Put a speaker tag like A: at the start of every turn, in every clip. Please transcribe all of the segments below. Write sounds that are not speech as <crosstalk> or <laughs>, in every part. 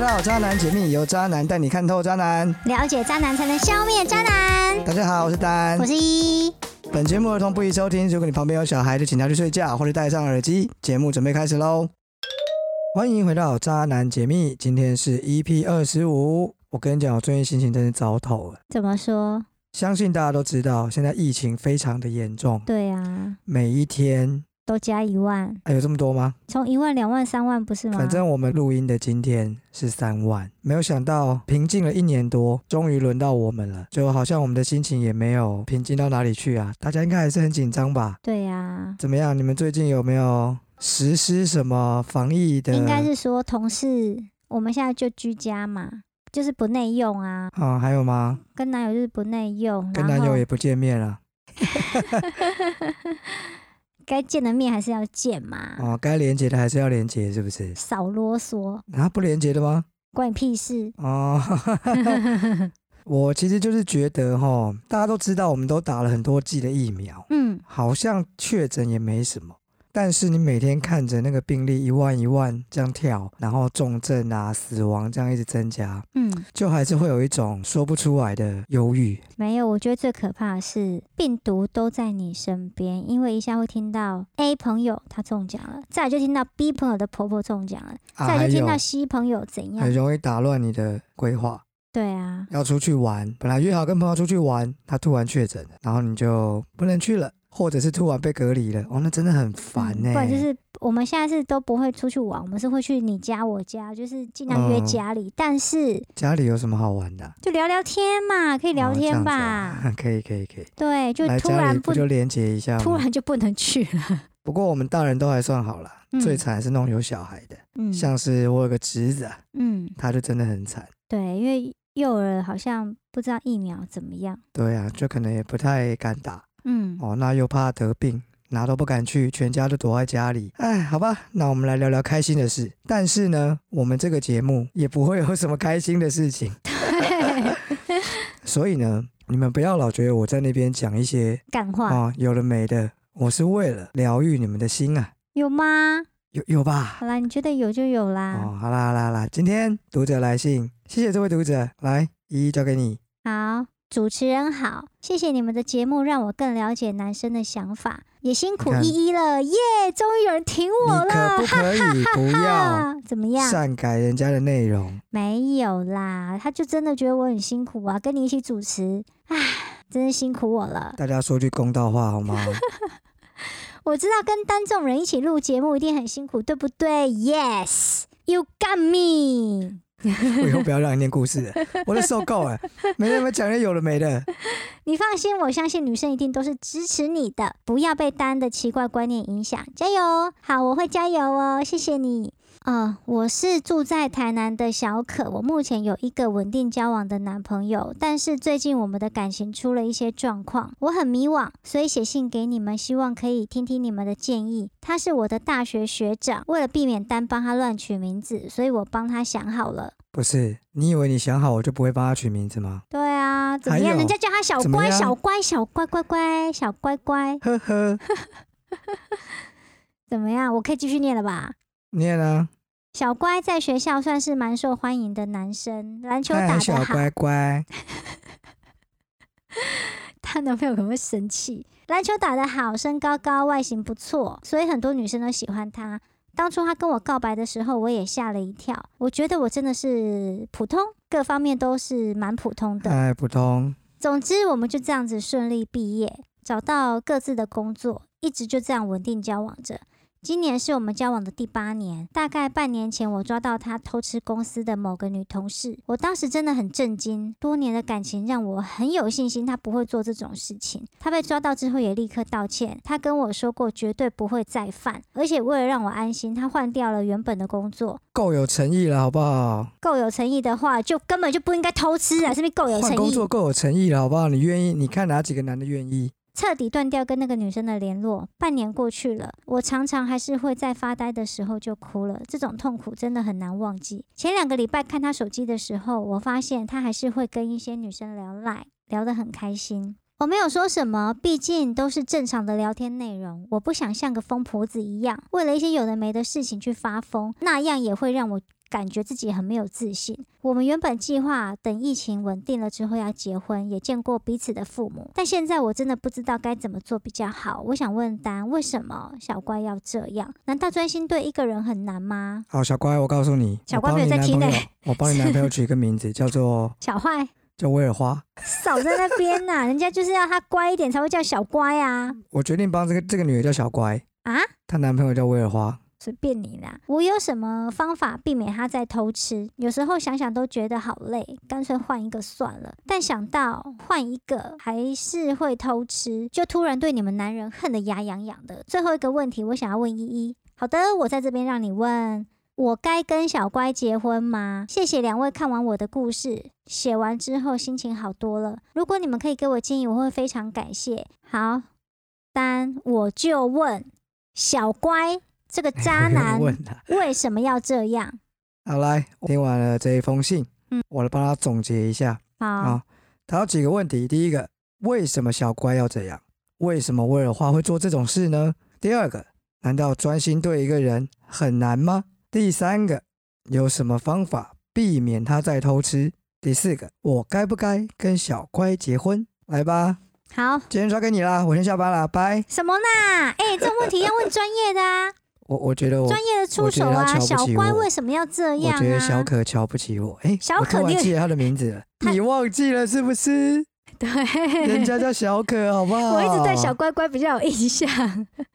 A: 到《渣男解密》，由渣男带你看透渣男。
B: 了解渣男才能消灭渣男。
A: 大家好，我是丹
B: 我。是一，
A: 本节目儿童不宜收听，如果你旁边有小孩，就请他去睡觉或者戴上耳机。节目准备开始喽！欢迎回到《渣男解密》，今天是 EP 二十五。我跟你讲，我最近心情真是糟透了。
B: 怎么说？
A: 相信大家都知道，现在疫情非常的严重，
B: 对啊，
A: 每一天、
B: 都加一万，
A: 哎有这么多吗？
B: 从一万、两万、三万，不是吗？
A: 反正我们录音的今天是三万，没有想到平静了一年多，终于轮到我们了。就好像我们的心情也没有平静到哪里去啊，大家应该还是很紧张吧？
B: 对啊，
A: 怎么样？你们最近有没有实施什么防疫的？
B: 应该是说同事，我们现在就居家嘛，就是不内用啊，
A: 啊、还有吗？
B: 跟男友就是不内用，
A: 跟
B: 然
A: 男友
B: 后
A: 也不见面了，
B: 该见的面还是要见嘛，
A: 哦，该连接的还是要连接，是不是？
B: 少啰嗦，
A: 啊，不连接的吗？
B: 关你屁事。 <laughs>
A: 哦，我其实就是觉得哈，大家都知道，我们都打了很多剂的疫苗，
B: 嗯，
A: 好像确诊也没什么，但是你每天看着那个病例一万一万这样跳，然后重症啊、死亡这样一直增加，
B: 嗯，
A: 就还是会有一种说不出来的忧郁。
B: 没有，我觉得最可怕的是病毒都在你身边，因为一下会听到 A 朋友他中奖了，再来就听到 B 朋友的婆婆中奖了，
A: 啊
B: 再来就听
A: 还
B: 到
A: 有
B: C 朋友怎样
A: 很。容易打乱你的规划。
B: 对啊，
A: 要出去玩，本来约好跟朋友出去玩，他突然确诊了，然后你就不能去了，或者是突然被隔离了，哦，那真的很烦欸
B: 嗯
A: 呢、
B: 不然就是我们现在是都不会出去玩，我们是会去你家我家，就是尽量约
A: 嗯
B: 家里，但是
A: 家里有什么好玩的啊、
B: 就聊聊天嘛，可以聊
A: 哦这样
B: 天
A: 子
B: 吧。 <laughs>
A: 啊可以可以可以，
B: 对，就
A: 来
B: 突
A: 家里
B: 然
A: 不
B: 不
A: 就连接一下吗？
B: 突然就不能去了。
A: 不过我们大人都还算好啦，<laughs>
B: 嗯
A: 最惨还是那种有小孩的，
B: 嗯
A: 像是我有个侄子啊，
B: 嗯，
A: 他就真的很惨。
B: 对，因为幼儿好像不知道疫苗怎么样。
A: 对啊，就可能也不太敢打
B: 嗯，
A: 哦，那又怕得病，哪都不敢去，全家都躲在家里。哎，好吧，那我们来聊聊开心的事。但是呢，我们这个节目也不会有什么开心的事情，所以呢，你们不要老觉得我在那边讲一些
B: 感
A: 啊、
B: 化
A: 哦、有的没的，我是为了疗愈你们的心啊，
B: 有吗？
A: 有有吧？
B: 好啦，你觉得有就有啦。
A: 哦，好啦好啦好啦，今天读者来信，谢谢这位读者，来一一交给你。
B: 好，主持人好，谢谢你们的节目，让我更了解男生的想法，也辛苦
A: 你看
B: 依依了，耶！终于有人挺我
A: 你可
B: 了
A: 不，可以不要
B: 啊，怎么样？
A: 擅改人家的内容？
B: 没有啦，他就真的觉得我很辛苦啊，跟你一起主持，唉，真是辛苦我了。
A: 大家说句公道话好吗？
B: 我知道跟单这种人一起录节目一定很辛苦，对不对？Yes，you got me。
A: 我以后不要让你念故事了，我都受够了，没那么讲的有的没的。
B: 你放心，我相信女生一定都是支持你的，不要被单的奇怪观念影响，加油！好，我会加油哦，谢谢你。呃，我是住在台南的小可，我目前有一个稳定交往的男朋友，但是最近我们的感情出了一些状况，我很迷惘，所以写信给你们，希望可以听听你们的建议。他是我的大学学长，为了避免单帮他乱取名字，所以我帮他想好了。
A: 不是，你以为你想好我就不会帮他取名字吗？
B: 对啊，怎么
A: 还
B: 样？
A: 有
B: 人家叫他小
A: 怎么
B: 乖，
A: 样
B: 小乖，小乖乖乖，小乖乖。
A: 呵呵，
B: 怎么样？我可以继续念了吧？
A: 念啊，
B: 小乖在学校算是蛮受欢迎的男生，篮球打
A: 看
B: 得
A: 哎小
B: 好。
A: 乖乖，
B: 她男朋友可能会生气。篮球打得好，身高高，外形不错，所以很多女生都喜欢他。当初他跟我告白的时候，我也吓了一跳。我觉得我真的是普通，各方面都是蛮普通的。
A: 哎，普通，
B: 总之，我们就这样子顺利毕业，找到各自的工作，一直就这样稳定交往着。今年是我们交往的第八年，大概半年前我抓到他偷吃公司的某个女同事，我当时真的很震惊。多年的感情让我很有信心，他不会做这种事情。他被抓到之后也立刻道歉，他跟我说过绝对不会再犯，而且为了让我安心，他换掉了原本的工作。
A: 够有诚意了好不好？
B: 够有诚意的话，就根本就不应该偷吃啊！是不是够有诚
A: 换
B: 意？
A: 工作够有诚意了好不好？你愿意？你看哪几个男的愿意？
B: 彻底断掉跟那个女生的联络。半年过去了，我常常还是会在发呆的时候就哭了，这种痛苦真的很难忘记。前两个礼拜看他手机的时候，我发现他还是会跟一些女生聊赖，聊得很开心。我没有说什么，毕竟都是正常的聊天内容。我不想像个疯婆子一样，为了一些有的没的事情去发疯，那样也会让我感觉自己很没有自信。我们原本计划等疫情稳定了之后要结婚，也见过彼此的父母，但现在我真的不知道该怎么做比较好。我想问丹，为什么小乖要这样？难道专心对一个人很难吗？
A: 好，小乖，我告诉你，
B: 小
A: 我
B: 乖
A: 帮
B: 没有
A: 你
B: 在
A: 男
B: 听
A: 朋
B: 呢
A: 友，我帮你男朋友取一个名字，叫做
B: 小坏，
A: 叫威尔花。
B: 少在那边呐、人家就是要他乖一点才会叫小乖啊。
A: 我决定帮这个这个女的叫小乖
B: 啊，
A: 她男朋友叫威尔花。
B: 随便你啦。我有什么方法避免他再偷吃？有时候想想都觉得好累，干脆换一个算了。但想到换一个还是会偷吃，就突然对你们男人恨得牙痒痒的。最后一个问题，我想要问依依。好的，我在这边让你问。我该跟小乖结婚吗？谢谢两位看完我的故事，写完之后心情好多了。如果你们可以给我建议，我会非常感谢。好，丹，我就问小乖这个渣男
A: 哎问她。
B: 为什么要这样？
A: 好，来，听完了这一封信，
B: 嗯
A: 我来帮她总结一下
B: 好
A: 啊。她有几个问题：第一个，为什么小乖要这样？为什么威尔花会做这种事呢？第二个，难道专心对一个人很难吗？第三个，有什么方法避免他再偷吃？第四个，我该不该跟小乖结婚？来吧，
B: 好
A: 今天交给你啦，我先下班啦，拜。
B: 什么呢？哎、这种问题要问专业的啊，
A: 我我觉 <laughs> 得我
B: 专业的出手
A: 我觉
B: 啊。
A: 得他瞧
B: 小
A: 不起
B: 乖
A: 我
B: 为什么要这
A: 我
B: 样
A: 觉得小
B: 啊？
A: 可瞧不起我，哎、
B: 小
A: 我
B: 可
A: 突然
B: 你
A: 记得她的名字了，
B: 她
A: 你忘记了是不
B: <laughs>
A: 是？人
B: 对，
A: 家叫小可，好不好？
B: <laughs> 我一直对
A: <laughs> 哦
B: 小乖乖比较有印象。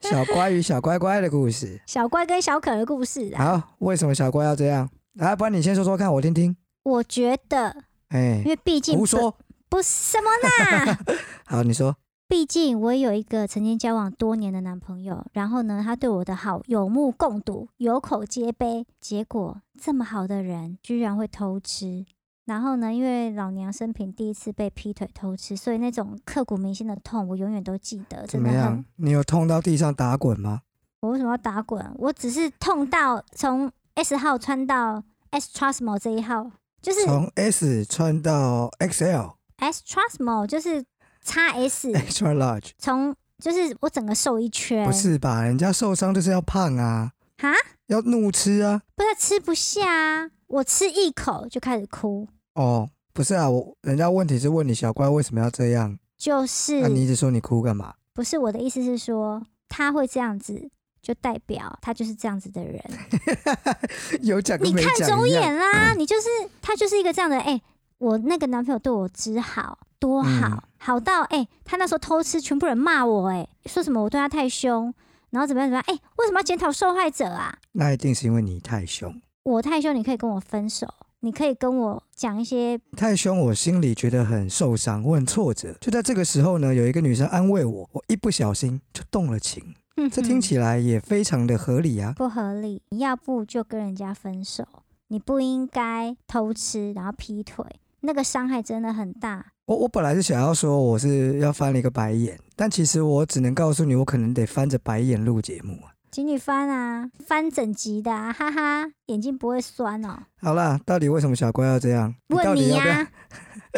A: 小乖与小乖乖的故
B: <laughs>
A: 事。
B: 小乖跟小可的故事啊，
A: 好，为什么小乖要这样？来，不然你先说说看，我听听。
B: 我觉得，
A: 哎
B: 因、为毕竟
A: 胡
B: 不
A: 说。
B: 不是什么啦，
A: 好，你说。
B: <laughs> 毕竟我有一个曾经交往多年的男朋友，然后呢，他对我的好有目共睹，有口皆碑。结果这么好的人，居然会偷吃。然后呢，因为老娘生平第一次被劈腿偷吃，所以那种刻骨铭心的痛，我永远都记得。
A: 怎
B: 真的
A: 么
B: 很
A: 样，？你有痛到地上打滚吗？
B: 我为什么要打滚？我只是痛到从 S 号穿到 S Trasmo 这一号，就是
A: 从 S 穿到 XL、
B: S Trasmo 就是 x S，
A: extra large，
B: 从就是我整个瘦一圈。
A: 不是吧？人家受伤就是要胖啊，
B: 哈，
A: 要怒吃啊。
B: 不是吃不下啊，我吃一口就开始哭，
A: 哦，不是啊，我人家问题是问你小乖为什么要这样，
B: 就是、
A: 那、你一直说你哭干嘛？
B: 不是我的意思是说他会这样子，就代表他就是这样子的人。
A: <laughs> 有讲 <laughs> 跟
B: 你
A: 没
B: 看
A: 讲
B: 走
A: 一样。
B: 眼啦，你就是他就是一个这样的。哎、我那个男朋友对我之好多好，
A: 嗯
B: 好到哎、他那时候偷吃，全部人骂我、哎，说什么我对他太凶，然后怎么样怎么样，哎、为什么要检讨受害者啊？
A: 那一定是因为你太凶，
B: 我太凶，你可以跟我分手，你可以跟我讲一些
A: 太凶，我心里觉得很受伤，我很挫折。就在这个时候呢，有一个女生安慰我，我一不小心就动了情，
B: 哼
A: 这
B: 哼
A: 听起来也非常的合理啊。
B: 不合理，你要不就跟人家分手，你不应该偷吃然后劈腿，那个伤害真的很大。
A: 我我本来是想要说我是要翻了一个白眼，但其实我只能告诉你，我可能得翻着白眼录节目啊。
B: 请你翻啊，翻整集的啊，哈哈，眼睛不会酸哦。
A: 好啦，到底为什么小乖要这样？到
B: 问
A: 底
B: 你啊
A: 要不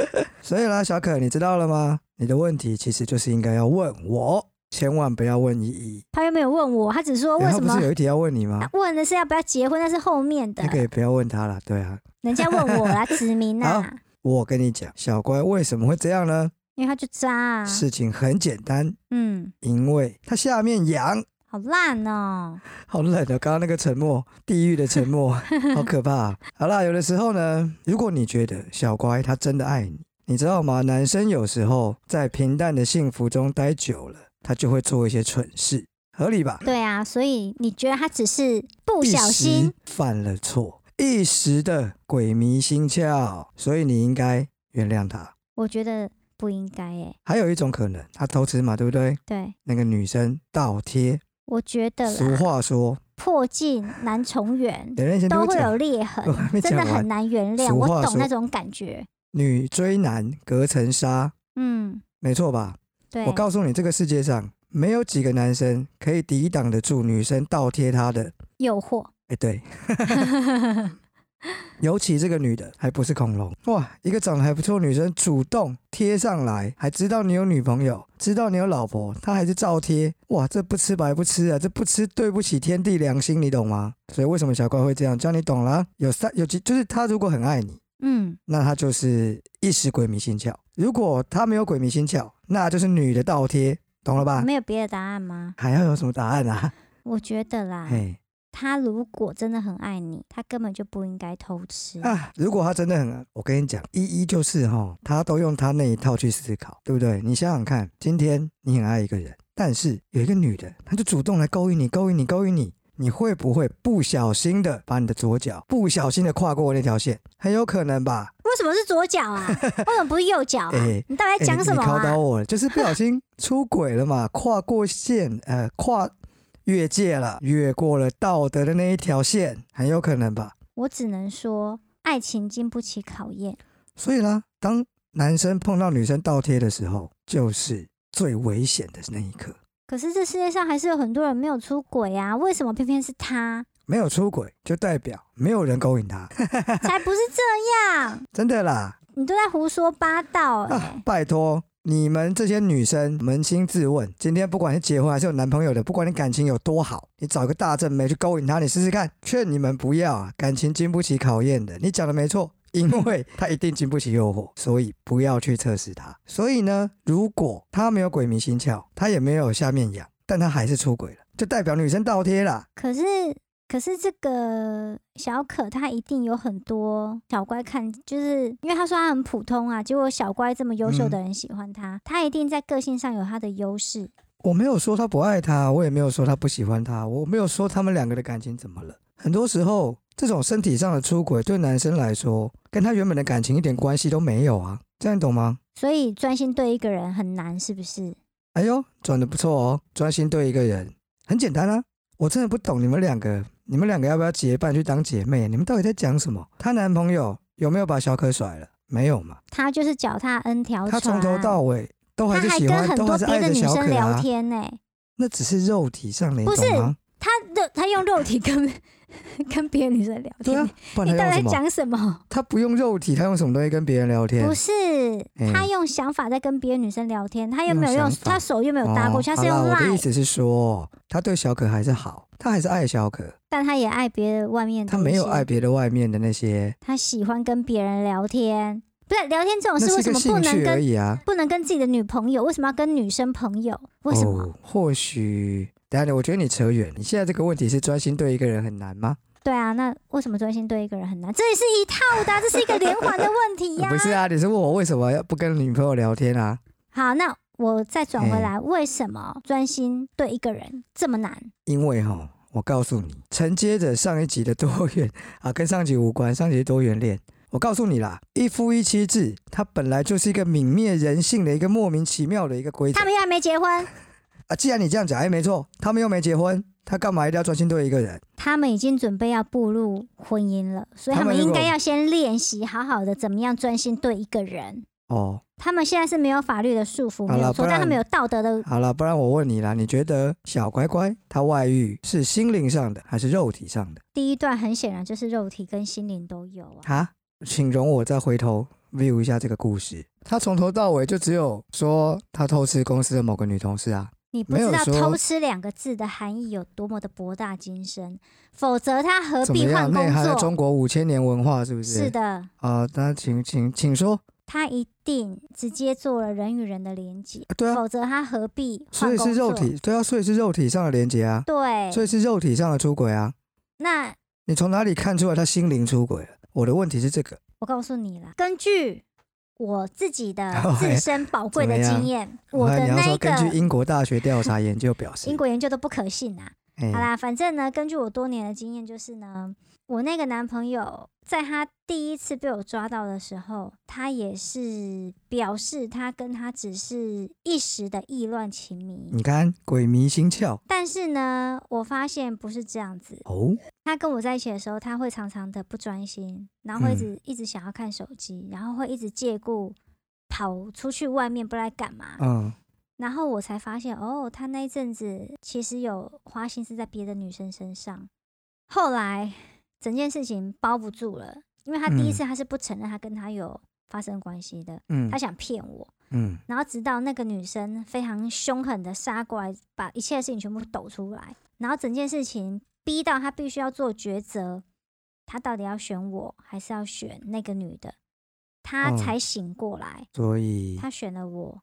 A: 要？
B: 呀、
A: 所以啦，小可，你知道了吗？你的问题其实就是应该要问我，千万不要问依依。
B: 他又没有问我，他只说哦为
A: 然后
B: 什
A: 不
B: 么
A: 是。有一题要问你吗
B: 啊？问的是要不要结婚，那是后面的
A: 那，个也不要问他了，对啊。
B: 人家问我啦，指
A: <laughs>
B: 明啊
A: 好
B: 啦，
A: 我跟你讲，小乖为什么会这样呢？
B: 因为他就渣、啊，
A: 事情很简单，
B: 嗯，
A: 因为他下面痒。 <laughs>
B: 好烂哦，
A: 好冷哦！刚刚那个沉默，地狱的沉默，
B: <laughs>
A: 好可怕、啊。好啦，有的时候呢，如果你觉得小乖他真的爱你，你知道吗？男生有时候在平淡的幸福中待久了，他就会做一些蠢事，合理吧？
B: 对啊，所以你觉得他只是不
A: 一
B: 小
A: 时
B: 心，
A: 犯了错，一时的鬼迷心窍，所以你应该原谅他。
B: 我觉得不应该诶，
A: 还有一种可能，他偷吃嘛，对不对？
B: 对，
A: 那个女生倒贴，
B: 我觉得啦，
A: 俗话说，
B: 破镜难重圆，
A: 两年前
B: 都
A: 都
B: 会
A: 讲
B: 有，裂
A: <laughs> 我
B: 痕，
A: 还没
B: 真的
A: 讲完
B: 很。难原谅。
A: 俗
B: 我
A: 话
B: 懂
A: 说
B: 那种感觉。
A: 女追男隔层纱，
B: 嗯，
A: 没错吧？
B: 对
A: 我，告诉你，这个世界上没有几个男生可以抵挡得住女生倒贴他的。
B: 诱惑。
A: 哎，对， <laughs> 尤其这个女的还不是恐龙，哇，一个长得还不错的女生主动贴上来，还知道你有女朋友，知道你有老婆，她还是照贴，哇，这不吃白不吃啊，这不吃对不起天地良心，你懂吗？所以为什么小怪会这样，这样你懂了？有三有几，就是她如果很爱你，
B: 嗯，
A: 那她就是一时鬼迷心窍；如果她没有鬼迷心窍，那就是女的倒贴，懂了吧？
B: 没有别的答案吗？
A: 还要有什么答案啊？
B: 我觉得啦，
A: 嘿
B: 他如果真的很爱你，他根本就不应该偷吃。
A: 啊，如果他真的很，我跟你讲，一一就是哈，他都用他那一套去思考，对不对？你想想看，今天你很爱一个人，但是有一个女的，她就主动来勾引你，勾引你，勾引你。你会不会不小心的把你的左脚不小心的跨过那条线？很有可能吧。
B: 为什么是左脚
A: <laughs>
B: 啊？为什么不是右脚啊？
A: 哎
B: 你到底在
A: 哎
B: 讲
A: 你
B: 什么
A: 你考
B: 啊
A: 倒？我了，就是不小心出轨了
B: <laughs>
A: 嘛，跨过线，呃，跨越界了，越过了道德的那一条线，很有可能吧。
B: 我只能说，爱情经不起考验。
A: 所以啦，当男生碰到女生倒贴的时候，就是最危险的那一刻。
B: 可是这世界上还是有很多人没有出轨啊，为什么偏偏是他？
A: 没有出轨，就代表没有人勾引他， <laughs>
B: 才不是这样，
A: 真的啦！
B: 你都在胡说八道
A: <laughs>
B: 哎、
A: 啊，拜托你们这些女生扪心自问，今天不管是结婚还是有男朋友的，不管你感情有多好，你找个大正妹去勾引他，你试试看。劝你们不要啊，感情经不起考验的。你讲的没错，因为他一定经不起诱惑，所以不要去测试他。所以呢，如果他没有鬼迷心窍，他也没有下面痒，但他还是出轨了，就代表女生倒贴啦。
B: 可是，可是这个小可他一定有很多小乖看，就是因为他说他很普通啊，结果小乖这么优秀
A: 嗯
B: 的人喜欢他，他一定在个性上有他的优势。
A: 我没有说他不爱他，我也没有说他不喜欢他，我没有说他们两个的感情怎么了。很多时候，这种身体上的出轨对男生来说，跟他原本的感情一点关系都没有啊，这样你懂吗？
B: 所以专心对一个人很难，是不是？
A: 哎呦，转的不错哦，专心对一个人，很简单啊。我真的不懂你们两个，你们两个要不要结伴去当姐妹？你们到底在讲什么？她男朋友有没有把小可甩了？没有嘛，
B: 他就是脚踏 N 条
A: 她
B: 船，啊
A: 从头到尾都还
B: 他
A: 是
B: 还
A: 喜欢
B: 跟，很
A: 都
B: 多
A: 还是
B: 别
A: 爱
B: 的
A: 着
B: 女
A: 小
B: 生
A: 可
B: 聊
A: 啊。
B: 天呢、
A: 那只是肉体上的，你
B: 不是
A: 懂吗？
B: 他的他用肉体跟 <laughs> 跟别的女生聊
A: 对
B: 天，
A: 啊，不然
B: 你
A: 他
B: 到
A: 要
B: 底
A: 什
B: 在
A: 么？
B: 讲什么？
A: 他不用肉体，他用什么东西跟别人聊天
B: 不？是，
A: 嗯
B: 他用想法在跟别的女生聊天，他又
A: 用
B: 没有
A: 想，
B: 用
A: 法
B: 他手又没有搭过去，他是用
A: 哦好啦我的意
B: 赖，
A: 思是说，他对小可还是好，他还是爱小可，
B: 但他也爱别的外面的
A: 他
B: 东西。
A: 没有爱，别的外面的那些，
B: 他喜欢跟别人聊天，不哦是聊天这种
A: 那
B: 事，为
A: 是
B: 什
A: 个
B: 么
A: 兴
B: 不能
A: 趣而
B: 跟
A: 已啊。
B: 不能跟自己的女朋友？为什么要跟女生朋友？为什么？
A: 哦、或许，等一下我觉得你扯远。你现在这个问题是专心对一个人很难吗？
B: 对啊，那为什么专心对一个人很难？这也是一套的啊、这是一个连环的问题呀、
A: <laughs> 不是啊，你是问我为什么要不跟女朋友聊天啊？
B: 好，那我再转
A: 哎
B: 回来，为什么专心对一个人这么难？
A: 因为哈，我告诉你，承接着上一集的多元啊，跟上集无关，上集是多元恋。我告诉你啦，一夫一妻制，它本来就是一个泯灭人性的一个莫名其妙的一个规则
B: 他们又还没结婚，
A: 啊。既然你这样讲，哎，没错，他们又没结婚，他干嘛一定要专心对一个人？
B: 他们已经准备要步入婚姻了，所以他
A: 他
B: 们
A: 们如
B: 应
A: 果
B: 该要先练习好好的怎么样专心对一个人。
A: 哦，
B: 他们现在是没有法律的束缚，
A: 好啦
B: 没有
A: 不
B: 错，
A: 然
B: 但他们有道德的。
A: 好了，不然我问你啦，你觉得小乖乖他外遇是心灵上的还是肉体上的？
B: 第一段很显然就是肉体跟心灵都有啊。
A: 哈，请容我再回头 view 一下这个故事。他从头到尾就只有说他偷吃公司的某个女同事啊，
B: 你不
A: 没
B: 知
A: 有
B: 道“
A: 说
B: 偷吃”两个字的含义有多么的博大精深，否则他何
A: 怎么
B: 必换
A: 样？内涵了
B: 呃工
A: 中
B: 作？
A: 国五千年文化，是不是？
B: 是。的，
A: 啊、那请请请说。
B: 他一定直接做了人与人的连接，
A: 啊对啊，
B: 否则他何必
A: 所
B: 换
A: 以
B: 工作？
A: 是肉体，对啊，所以是肉体上的连接啊，
B: 对，
A: 所以是肉体上的出轨啊。
B: 那
A: 你从哪里看出来他心灵出轨了？我的问题是这个，
B: 我告诉你啦，根据我自己的
A: 喂
B: 自身宝贵的
A: 啊怎么样
B: 经验，我的
A: 你要
B: 那
A: 说
B: 一
A: 根据
B: 个
A: 英国大学调查研究表示，
B: <laughs> 英国研究都不可信啊。
A: 哎
B: 好啦，反正呢，根据我多年的经验，就是呢，我那个男朋友在他第一次被我抓到的时候，他也是表示他跟他只是一时的意乱情迷
A: 你。看鬼迷心窍
B: 但是呢，我发现不是这样子。 <laughs>
A: 哦，
B: 他跟我在一起的时候，他会常常的不专心，然后会
A: 嗯
B: 一直、一直想要看手机，然后会一直借故跑出去外面不知道在干嘛。
A: 嗯，
B: 然后我才发现，哦，他那一阵子其实有花心思在别的女生身上。后来整件事情包不住了，因为他第一
A: 嗯
B: 次他是不承认他跟他有发生关系的，
A: 嗯
B: 他想骗我。
A: 嗯
B: 然后直到那个女生非常凶狠的杀过来，把一切的事情全部抖出来，然后整件事情逼到他必须要做抉择，他到底要选我还是要选那个女的？他
A: 哦
B: 才醒过来，
A: 所以
B: 他选了我，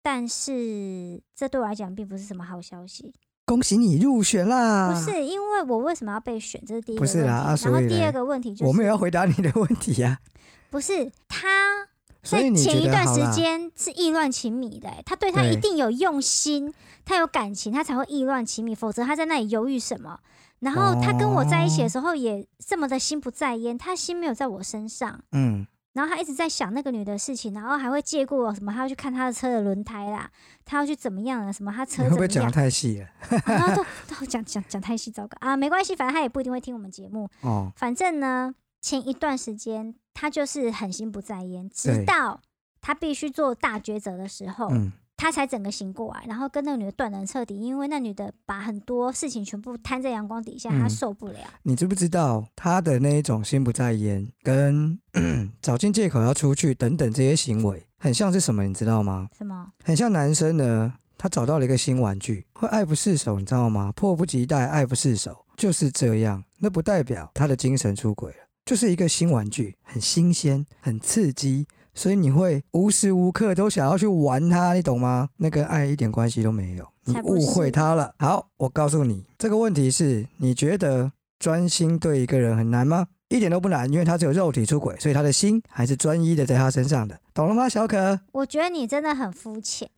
B: 但是这对我来讲并不是什么好消息。
A: 恭喜你入选啦！
B: 不，是因为我为什么要被选，这是第一
A: 啊不
B: 个问题。
A: 是啦啊
B: 然后
A: 所以
B: 第
A: 嘞
B: 二个问题就
A: 我
B: 是
A: 们也要回答你的问题呀、
B: 不是他
A: 所
B: 在
A: 以你
B: 前
A: 觉
B: 一
A: 得
B: 段
A: 好啦
B: 时，间是意乱情迷的欸、他对他
A: 对
B: 一定有用心，他有感情，他才会意乱情迷，否则他在那里犹豫什么？然后他跟我在一起的时候也这么的心不在焉，他心没有在我身上，
A: 嗯，
B: 然后他一直在想那个女的事情，然后还会借故我什么，他要去看他的车的轮胎啦，他要去怎么样啊了，什么他
A: 你
B: 车
A: 会
B: 怎
A: 不
B: 么
A: 会讲
B: 样
A: 得，太细了？
B: 然后都都讲讲讲太细，糟糕啊，没关系，反正他也不一定会听我们节目，
A: 哦，
B: 反正呢，前一段时间他就是很心不在焉，直
A: 对
B: 到他必须做大抉择的时候，
A: 嗯
B: 他才整个醒过来，然后跟那个女的断得很彻底，因为那女的把很多事情全部摊在阳光底下，他
A: 嗯
B: 受不了。
A: 你知不知道他的那一种心不在焉，跟 <clears throat> 找尽借口要出去等等这些行为，很像是什么？你知道吗？
B: 什么？
A: 很像男生呢，他找到了一个新玩具，会爱不释手，你知道吗？迫不及待，爱不释手，就是这样。那不代表他的精神出轨了，就是一个新玩具，很新鲜，很刺激，所以你会无时无刻都想要去玩它，你懂吗？那跟爱一点关系都没有，你
B: 才不是
A: 误会他了。好，我告诉你，这个问题是你觉得专心对一个人很难吗？一点都不难，因为他只有肉体出轨，所以他的心还是专一的在他身上的，懂了吗，小可？ <laughs>
B: 我觉得你真的很肤浅。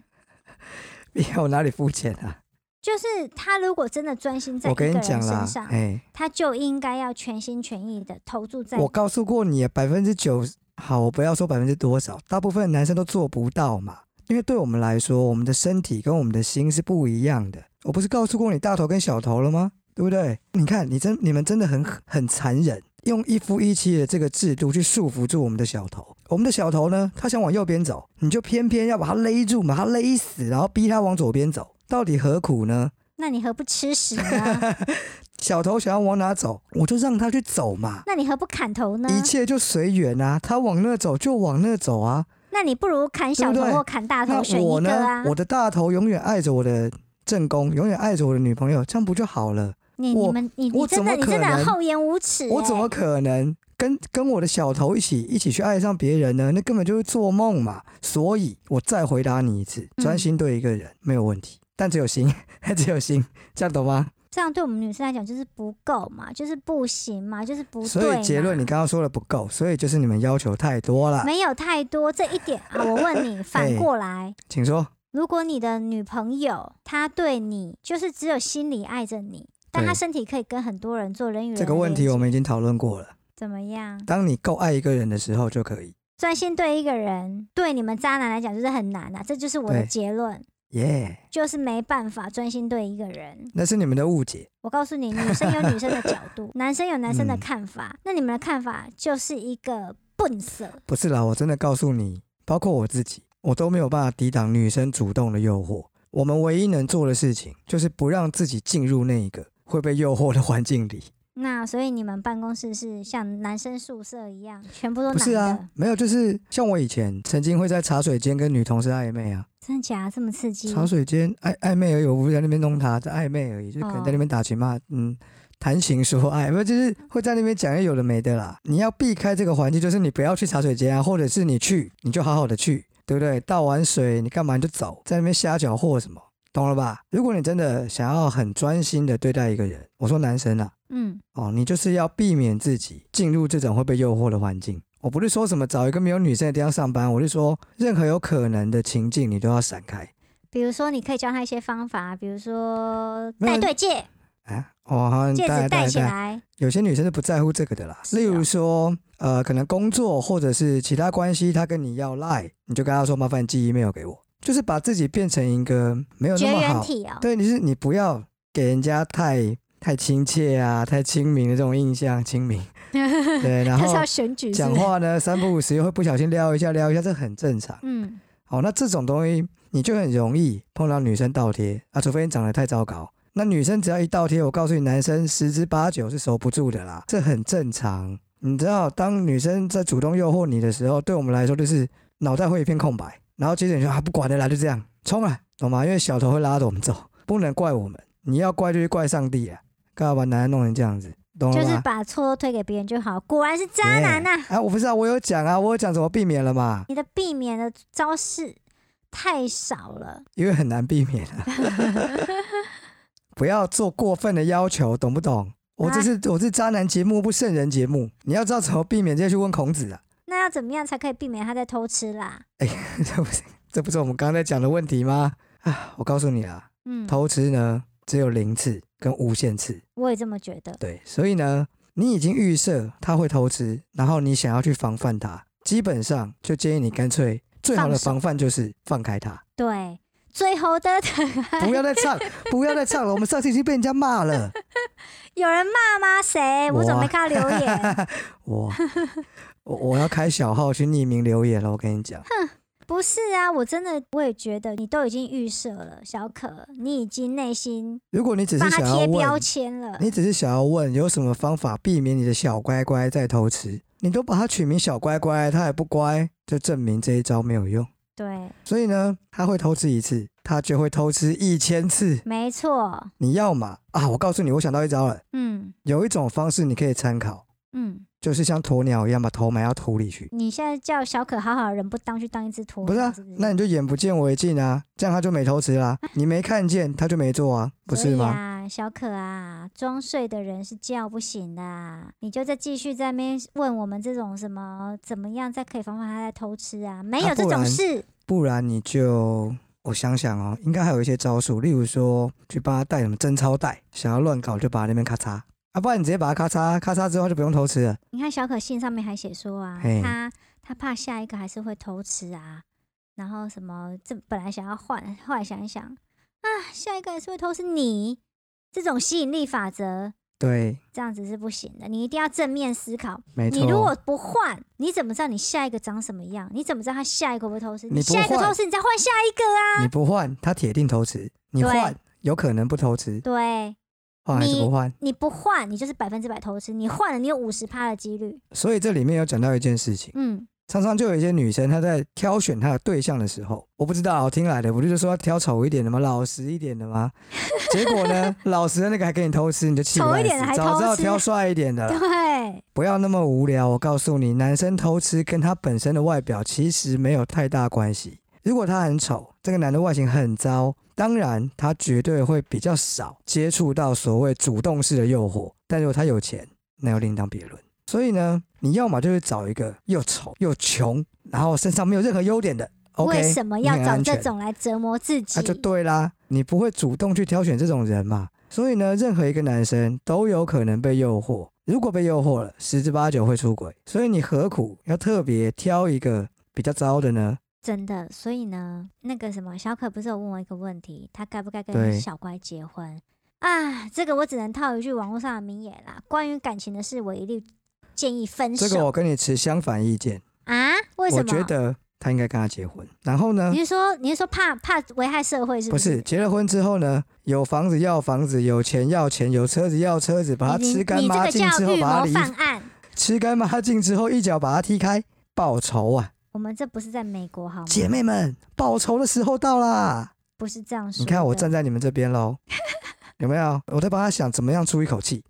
A: 你看我哪里肤浅啊？
B: 就是他如果真的专心在一
A: 我
B: 个
A: 跟你
B: 人
A: 讲啦
B: 身，上，
A: 哎，
B: 他就应该要全心全意的投注在
A: 我告诉过你，百分之九好，我不要说百分之多少，大部分男生都做不到嘛。因为对我们来说，我们的身体跟我们的心是不一样的。我不是告诉过你大头跟小头了吗？对不对？你看，你真你们真的很很残忍，用一夫一妻的这个制度去束缚住我们的小头。我们的小头呢，他想往右边走，你就偏偏要把他勒住，把他勒死，然后逼他往左边走，到底何苦呢？
B: 那你何不吃
A: <laughs>
B: 屎呢？
A: 小头想要往哪走，我就让他去走嘛。
B: 那你何不砍头呢？
A: 一切就随缘啊，他往那走就往那走啊。
B: 那你不如砍小
A: 对
B: 头
A: 不对
B: 或砍大头，选
A: 那
B: 一
A: 我
B: 个
A: 呢
B: 啊？？
A: 我的大头永远爱着我的正宫，永远爱着我的女朋友，这样不就好了？
B: 你
A: 我
B: 你们你你
A: 我
B: 真
A: 怎
B: 的
A: 么
B: 你真的
A: 可能
B: 很厚颜无耻、欸！
A: 我怎么可能跟跟我的小头一起一起去爱上别人呢？那根本就是做梦嘛。所以，我再回答你一次，
B: 嗯
A: 专心对一个人、没有问题，但只有心，只有心，这样懂吗？
B: 这样对我们女生来讲就是不够嘛，就是不行嘛，就是不对
A: 所
B: 嘛。
A: 以结论你刚刚说的不够，所以就是你们要求太多了。
B: 没有太多这一点啊。我
A: <laughs>
B: 问你，反
A: 哎
B: 过来，
A: 请说，
B: 如果你的女朋友她对你就是只有心里爱着你，但她
A: 对
B: 身体可以跟很多人做人与人
A: 这个问
B: 的
A: 题
B: 连
A: 我
B: 接
A: 们已经讨论过了。
B: 怎么样？
A: 当你够爱一个人的时候就可以，
B: 专心对一个人，对你们渣男来讲就是很难啊。这就是我的
A: 对
B: 结论，
A: 耶、
B: 就是没办法专心对一个人。
A: 那是你们的误解。
B: 我告诉你，女生有女生的角
A: <laughs>
B: 度，男生有男生的
A: 嗯
B: 看法。那你们的看法就是一个笨色，
A: 不是啦，我真的告诉你，包括我自己，我都没有办法抵挡女生主动的诱惑。我们唯一能做的事情，就是不让自己进入那一个会被诱惑的环境里。
B: 那所以你们办公室是像男生宿舍一样，全部都
A: 不
B: 男
A: 是
B: 的，
A: 啊，没有，就是像我以前曾经会在茶水间跟女同事暧昧啊，
B: 真的假的？这么刺激？
A: 茶水间哎暧暧昧而已，我不是在那边弄她，在暧昧而已，就可能在那边打情骂，嗯，谈情说爱，不就是会在那边讲一些有的没的啦。你要避开这个环境，就是你不要去茶水间啊，或者是你去，你就好好的去，对不对？倒完水你干嘛你就走，在那边瞎搅和什么，懂了吧？如果你真的想要很专心的对待一个人，我说男生啊，
B: 嗯，
A: 哦，你就是要避免自己进入这种会被诱惑的环境。我不是说什么找一个没有女生的地方上班，我是说任何有可能的情境你都要闪开。
B: 比如说你可以教他一些方法，比如说
A: 没
B: 戴
A: 有
B: 对戒，
A: 啊，哦，好像
B: 戒
A: 戴
B: 指戴
A: 戴
B: 起
A: 戴，
B: 来，
A: 有些女生是不在乎这个的啦。
B: 是啊
A: 例如说，呃，可能工作或者是其他关系，她跟你要赖，你就跟她说麻烦寄 email 给我，就是把自己变成一个没有
B: 绝
A: 那么
B: 缘
A: 好。
B: 体哦。
A: 对，你是你不要给人家太太亲切啊，太亲民的这种印象，亲民。对，然
B: <laughs> 他是
A: 后
B: 要选举是
A: 讲
B: 不是？
A: 话呢，三不五时又会不小心撩一下撩一下，这很正常。
B: 嗯，
A: 好，那这种东西你就很容易碰到女生倒贴啊，除非你长得太糟糕，那女生只要一倒贴，我告诉你，男生十之八九是守不住的啦，这很正常。你知道，当女生在主动诱惑你的时候，对我们来说就是脑袋会一片空白，然后接着你说啊不管了啦，就这样冲啊，懂吗？因为小头会拉着我们走，不能怪我们，你要怪就去怪上帝啊，干嘛把男人弄成这样子？懂了
B: 就
A: 吗？
B: 是把错推给别人就好。果然是渣男啊呐、
A: 哎，我不知道，我有讲啊，我有讲怎么避免了嘛，
B: 你的避免的招式太少了。
A: 因为很难避免啊。 <laughs> 不要做过分的要求，懂不懂？我
B: 啊
A: 这是、我是渣男节目，不圣人节目，你要知道怎么避免，就去问孔子啊。 <laughs>
B: 那要怎么样才可以避免他在偷吃啦？
A: 这不是这不是我们刚才讲的问题吗？啊，我告诉你啊，
B: 嗯，
A: 偷吃呢只有零次跟无限次，
B: 我也这么觉得。
A: 对，所以呢，你已经预设他会偷吃，然后你想要去防范他，基本上就建议你干脆最好的
B: 放手
A: 防范就是放开
B: <laughs>
A: 他。
B: 对，最后的 <laughs>
A: 不要再唱，不要再唱了。我们上次已经被人家骂了。
B: 有人骂吗？谁？我怎么没看到留
A: <laughs>
B: 言？
A: 我我我要开小号去匿名留言了。我跟你讲，
B: 不是啊，我真的我也觉得你都已经预设了，小可，你已经内心
A: 如果你只
B: 帮
A: 是
B: 他
A: 想要
B: 贴标
A: 问，
B: 签了。
A: 你只是想要问有什么方法避免你的小乖乖再偷吃，你都把它取名小乖乖，它还不乖，就证明这一招没有用。
B: 对，
A: 所以呢，他会偷吃一次，他就会偷吃一千次。
B: 没错。
A: 你要嘛啊？我告诉你，我想到一招了，
B: 嗯
A: 有一种方式你可以参考，
B: 嗯，
A: 就是像鸵鸟一样把头埋到土里去。
B: 你现在叫小可好好人不当，去当一只鸵鸟，
A: 不是啊
B: 是不，是
A: 那你就眼不见为净啊，这样他就没偷吃啦、你没看见，他就没做啊，不
B: 所
A: 是
B: 以
A: 吗？
B: 啊，小可啊，装睡的人是叫不醒的啊，你就再继续在那边问我们这种什么怎么样再可以防范他在偷吃啊？没有
A: 啊
B: 这
A: 不
B: 种
A: 然
B: 事。
A: 不然你就我想想哦，应该还有一些招数，例如说去帮他带什么贞操带，想要乱搞就把那边咔嚓啊，不然你直接把它咔嚓，咔嚓之后他就不用偷吃了。
B: 你看小可信上面还写说啊
A: 嘿，
B: 他他怕下一个还是会偷吃啊，然后什么这本来想要换，后来想一想啊，下一个还是会偷吃你，这种吸引力法则
A: 对，
B: 这样子是不行的，你一定要正面思考。
A: 没错。
B: 你如果不换，你怎么知道你下一个长什么样？你怎么知道他下一个会不会偷吃？
A: 你不
B: 下一个
A: 换
B: 偷吃，你再换下一个啊。
A: 你不换，他铁定偷吃；你
B: 对
A: 换，有可能不偷吃，
B: 对，
A: 换还是
B: 你
A: 不换？
B: 你不换，你就是百分之百偷吃；你换了，你有五十趴的几率。
A: 所以这里面有讲到一件事情。
B: 嗯，
A: 常常就有一些女生，她在挑选她的对象的时候，我不知道，我听来的，我就说要挑丑一点的嘛，老实一点的嘛。结果
B: <laughs>
A: 呢，老实的那个还给你偷吃，你就气得
B: 丑
A: 半
B: 一点的
A: 死
B: 还
A: 早知道
B: 偷吃
A: 挑帅一点的啦，
B: 对，
A: 不要那么无聊。我告诉你，男生偷吃跟他本身的外表其实没有太大关系。如果他很丑，这个男的外形很糟，当然他绝对会比较少接触到所谓主动式的诱惑。但如果他有钱，那又另当别论。所以呢，你要么就是找一个又丑又穷，然后身上没有任何优点的。
B: 为
A: OK，
B: 什么
A: 你
B: 要
A: 很
B: 找
A: 安
B: 这
A: 全
B: 种来折磨自己？
A: 那、啊就对啦，你不会主动去挑选这种人嘛。所以呢，任何一个男生都有可能被诱惑，如果被诱惑了，十之八九会出轨。所以你何苦要特别挑一个比较糟的呢？
B: 真的，所以呢，那个什么，小可不是有问我一个问题，他该不该
A: 对
B: 跟小乖结婚啊？这个我只能套一句网络上的名言啦：关于感情的事，我一律建议分手、
A: 这个我跟你持相反意见，
B: 啊？为什
A: 我
B: 么？
A: 觉得他应该跟他结婚。然后呢
B: 你，是说你是说怕怕危害社会是
A: 不
B: 是
A: 是？结了婚之后呢，有房子要房子，有钱要钱，有车子要车子，把他
B: 你
A: 吃干
B: 你这
A: 抹
B: 个
A: 净之
B: 叫
A: 后，
B: 预
A: 把他
B: 谋
A: 离
B: 犯案。
A: 吃干抹净之后，一脚把他踢开，报仇啊！
B: 我们这不是在美国好吗？
A: 姐妹们，报仇的时候到啦！
B: 不是这样说的。
A: 你看我站在你们这边喽， <laughs> 有没有？我在帮他想怎么样出一口气。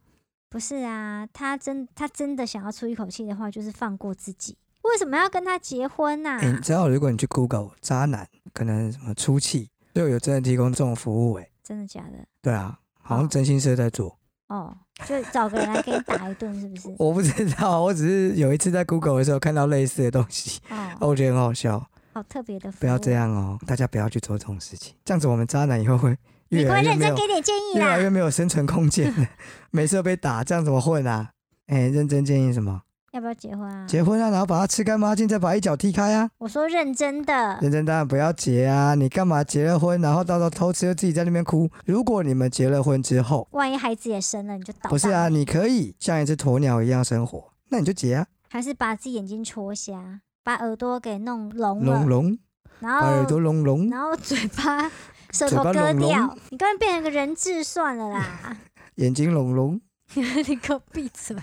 B: 不是啊，他真他真的想要出一口气的话，就是放过自己。为什么要跟他结婚呐、
A: 哎、你知道如果你去 Google 渣男，可能什么出气，就有真的提供这种服务哎、
B: 真的假的？
A: 对啊，好像真心社在做，
B: 哦，就找个人来给你打一顿，是不是？
A: 我不知道，我只是有一次在 Google 的时候看到类似的东西， <laughs>
B: 哦，
A: 我觉得很好笑。
B: 好特别的服务。啊
A: 不要这，样哦，大家不要去做这种事情，这样子我们渣男以后会
B: 你
A: 越
B: 快
A: 来越
B: 认
A: 没
B: 真
A: 有
B: 给点建议
A: 越来
B: 啦。
A: 越没有生存空间了，每次都被打，这样怎么混啊？哎、认真建议什么？
B: 要不要结婚啊？
A: 结婚啊，然后把他吃干抹净，再把一脚踢开啊。
B: 我说认真的，
A: 认真当然不要结啊！你干嘛结了婚，然后到时候偷吃又自己在那边哭？如果你们结了婚之后，
B: 万一孩子也生了，你就倒
A: 不是啊，
B: 大霉，
A: 你可以像一只鸵鸟一样生活，那你就结啊，
B: 还是把自己眼睛戳瞎，把耳朵给弄聋了，
A: 隆隆，
B: 然
A: 把耳
B: 后
A: 朵隆隆， <laughs>
B: 然后嘴巴舌
A: 嘴
B: 头
A: 巴
B: 割
A: 拢拢
B: 掉，你干脆变成个人质算
A: <laughs>
B: 了啦！
A: 眼睛隆隆，
B: 你给我闭嘴！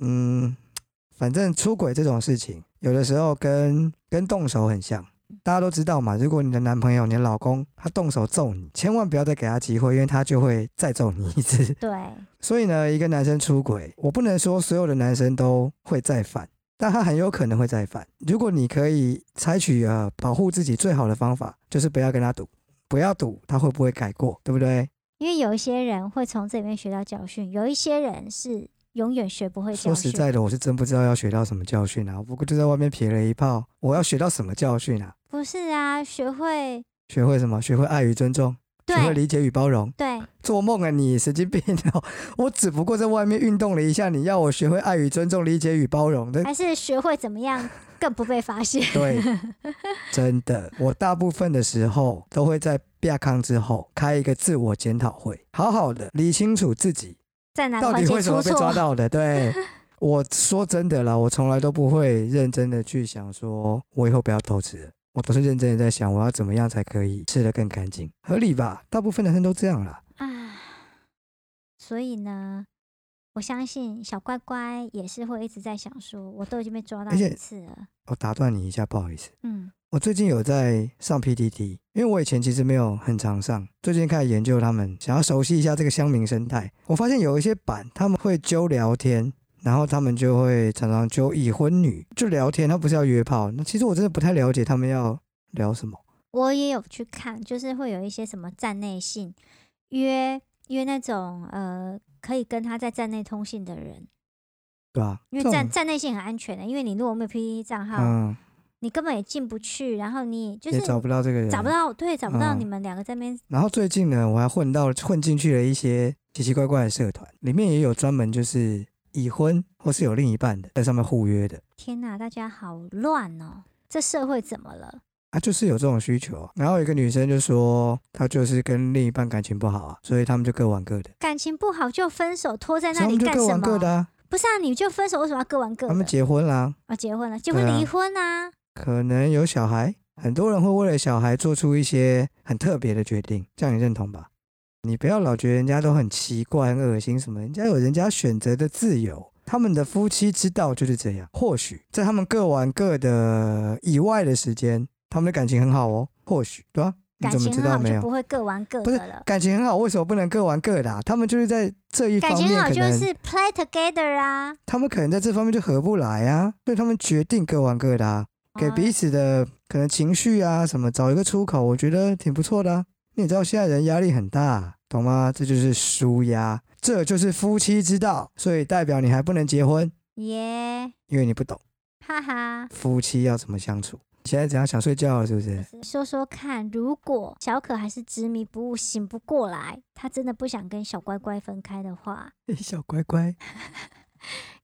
A: 嗯，反正出轨这种事情，有的时候跟跟动手很像。大家都知道嘛，如果你的男朋友、你的老公他动手揍你，千万不要再给他机会，因为他就会再揍你一次。
B: 对，
A: 所以呢，一个男生出轨，我不能说所有的男生都会再犯，但他很有可能会再犯。如果你可以采取呃保护自己最好的方法，就是不要跟他赌，不要赌他会不会改过，对不对？
B: 因为有一些人会从这里面学到教训，有一些人是永远学不会教
A: 说实
B: 训。
A: 在的，我是真不知道要学到什么教训啊！我不过就在外面撇了一炮，我要学到什么教训啊？
B: 不是啊，学会
A: 学会什么？学会爱与尊重，学会
B: 对
A: 理解与包容。
B: 对，
A: 做梦啊你，神经病哦！我只不过在外面运动了一下，你要我学会爱与尊重、理解与包容的，
B: 还是学会怎
A: <laughs>
B: 么样更不被发现。
A: 对，
B: <laughs>
A: 真的，我大部分的时候都会在亚康之后开一个自我检讨会，好好的理清楚自己
B: 在哪个
A: 到
B: 环
A: 底
B: 节
A: 为什
B: 出
A: 么被抓
B: 错？
A: 到的。
B: <laughs>
A: 对，我说真的啦，我从来都不会认真的去想说，我以后不要偷吃了。我都是认真的在想，我要怎么样才可以吃得更干净，合理吧？大部分男生都这样啦。
B: 啊，所以呢，我相信小乖乖也是会一直在想说，我都已经被抓到
A: 而且
B: 一次了，
A: 我打断你一下，不好意思。
B: 嗯，
A: 我最近有在上 PTT，因为我以前其实没有很常上，最近开始研究他们，想要熟悉一下这个乡民生态。我发现有一些版他们会揪聊天，然后他们就会常常揪已婚女就聊天，他不是要约炮。那其实我真的不太了解他们要聊什么。
B: 我也有去看，就是会有一些什么站内信约约那种呃可以跟他在站内通信的人，
A: 对吧、
B: 因
A: 这种
B: 为站站内信很安全的，因为你如果没有 PPT 账号，
A: 嗯，
B: 你根本也进不去，然后你就
A: 也
B: 是
A: 找不到这个人，
B: 找不。到，对，找不到
A: 嗯
B: 你们两个在那边
A: 然后最近呢，我还混到混进去了一些奇奇怪怪的社团，里面也有专门就是已婚或是有另一半的在上面互约的。
B: 天哪，大家好乱哦！这社会怎么了？
A: 啊，就是有这种需求。然后有一个女生就说，她就是跟另一半感情不好啊，所以他们就各玩各的，
B: 感情不好就分手，拖在
A: 所以
B: 那
A: 他
B: 里
A: 们就
B: 干
A: 各
B: 什
A: 玩各的
B: 么？
A: 啊。
B: 不是啊，你就分手，为什么要各玩各
A: 他们
B: 的？
A: 结婚啦、
B: 啊，结婚了，结
A: 对
B: 婚
A: 啊
B: 离婚啊！
A: 可能有小孩，很多人会为了小孩做出一些很特别的决定，这样你认同吧？你不要老觉得人家都很奇怪、很恶心什么，人家有人家选择的自由。他们的夫妻之道就是这样。或许在他们各玩各的以外的时间，他们的感情很好哦。或许，对吧、你
B: 感
A: 怎么
B: 情
A: 知
B: 很
A: 道
B: 好
A: 没
B: 就
A: 有？
B: 不会各玩各
A: 不是
B: 的了。
A: 感情很好，为什么不能各玩各的、啊？他们就是在这一方
B: 感
A: 面，
B: 情
A: 可
B: 好
A: 能
B: 就是 play together 啊，
A: 他们可能在这方面就合不来啊，所以他们决定各玩各的、啊，给
B: 哦
A: 彼此的可能情绪啊什么找一个出口，我觉得挺不错的、啊。你也知道现在人压力很大，懂吗？这就是舒压，这就是夫妻之道，所以代表你还不能结婚，
B: 耶，
A: 因为你不懂
B: 哈哈。
A: 夫妻要怎么相处。你现在怎样想睡觉了是不
B: <laughs>
A: 是？
B: 说说看，如果小可还是执迷不悟，醒不过来，他真的不想跟小乖乖分开的话，
A: 小乖乖，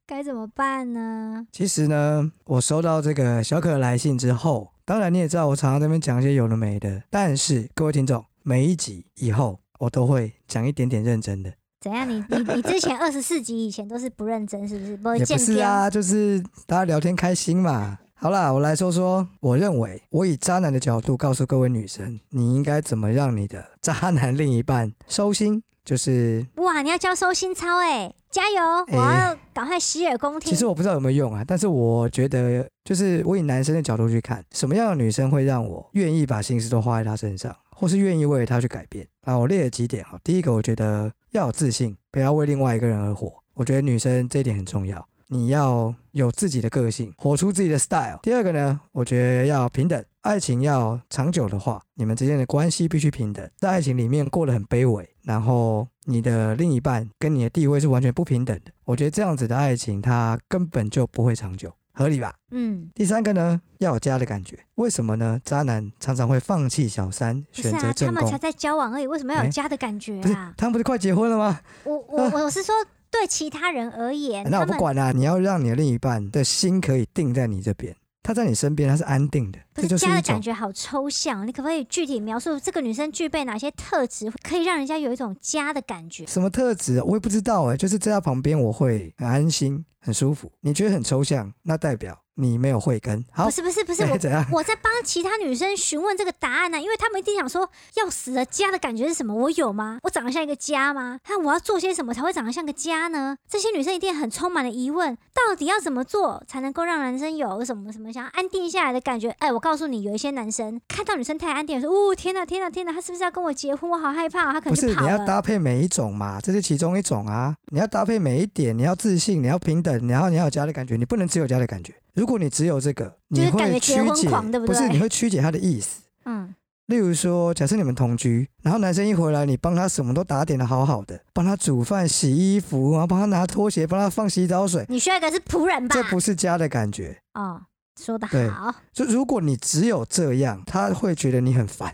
B: 该怎么办呢？
A: 其实呢，我收到这个小可的来信之后，当然你也知道，我常常在那边讲一些有的没的。但是各位听众，每一集以后我都会讲一点点认真的，
B: 怎样？你你你之前二十四集以前都是不认真，是不是？不会
A: 也不
B: 哦见
A: 是啊，就是大家聊天开心嘛。好啦，我来说说，我认为我以渣男的角度告诉各位女生，你应该怎么让你的渣男另一半收心，就是
B: 哇，你要教收心操哎，加油！
A: 哎
B: 我要赶快洗耳恭听。
A: 其实我不知道有没有用啊，但是我觉得，就是我以男生的角度去看，什么样的女生会让我愿意把心思都花在她身上，或是愿意为了她去改变啊？我列了几点啊。第一个，我觉得要有自信，不要为另外一个人而活。我觉得女生这一点很重要，你要有自己的个性，活出自己的 style。第二个呢，我觉得要平等，爱情要长久的话，你们之间的关系必须平等，在爱情里面过得很卑微，然后你的另一半跟你的地位是完全不平等的。我觉得这样子的爱情，它根本就不会长久，合理吧？
B: 嗯，
A: 第三个呢，要有家的感觉。为什么呢？渣男常常会放弃小三，
B: 不是
A: 选择
B: 啊，他
A: 正
B: 们
A: 宫。
B: 才在交往而已，为什么要有
A: 哎
B: 家的感觉
A: 不是
B: 啊？
A: 他们不是快结婚了吗？
B: 我我我是说对其他人而言，
A: 哎那
B: 他
A: 我不
B: 们
A: 管啦、你要让你的另一半的心可以定在你这边，他在你身边，他是安定的，
B: 不
A: 这就是
B: 家
A: 一
B: 的感
A: 种
B: 觉好抽象，你可不可以具体描述这个女生具备哪些特质，可以让人家有一种家的感觉？
A: 什么特质啊，我也不知道哎、就是在他旁边我会很安心、很舒服。你觉得很抽象，那代表你没有慧根。好
B: 不，是不是不
A: <laughs>
B: 是，
A: 哎
B: 我
A: 怎样？
B: 我在帮其他女生询问这个答案呢、啊因为他们一定想说，要死了家的感觉是什么？我有吗？我长得像一个家吗？那我要做些什么才会长得像个家呢？这些女生一定很充满了疑问，到底要怎么做才能够让男生有什么什么想要安定下来的感觉？哎，我告诉你，有一些男生看到女生太安定，说，哦，天哪，天哪，天哪，他是不是要跟我结婚？我好害怕、哦，他可
A: 不
B: 能
A: 是
B: 就跑
A: 你要
B: 了。
A: 搭配每一种嘛，这是其中一种啊。你要搭配每一点，你要自信，你要平等，然后你要有家的感觉，你不能只有家的感觉。如果你只有这个，
B: 就是
A: 你
B: 感
A: 会
B: 觉
A: 曲
B: 结婚
A: 解，
B: 狂对不
A: 不是
B: 对
A: 你会曲解他的意思。
B: 嗯，
A: 例如说，假设你们同居，然后男生一回来，你帮他什么都打点的好好的，帮他煮饭、洗衣服，然后帮他拿拖鞋，帮他放洗澡水，
B: 你需要一个是仆人吧
A: 这？不是家的感觉。
B: 哦，说的
A: 对
B: 好，
A: 就如果你只有这样，他会觉得你很烦。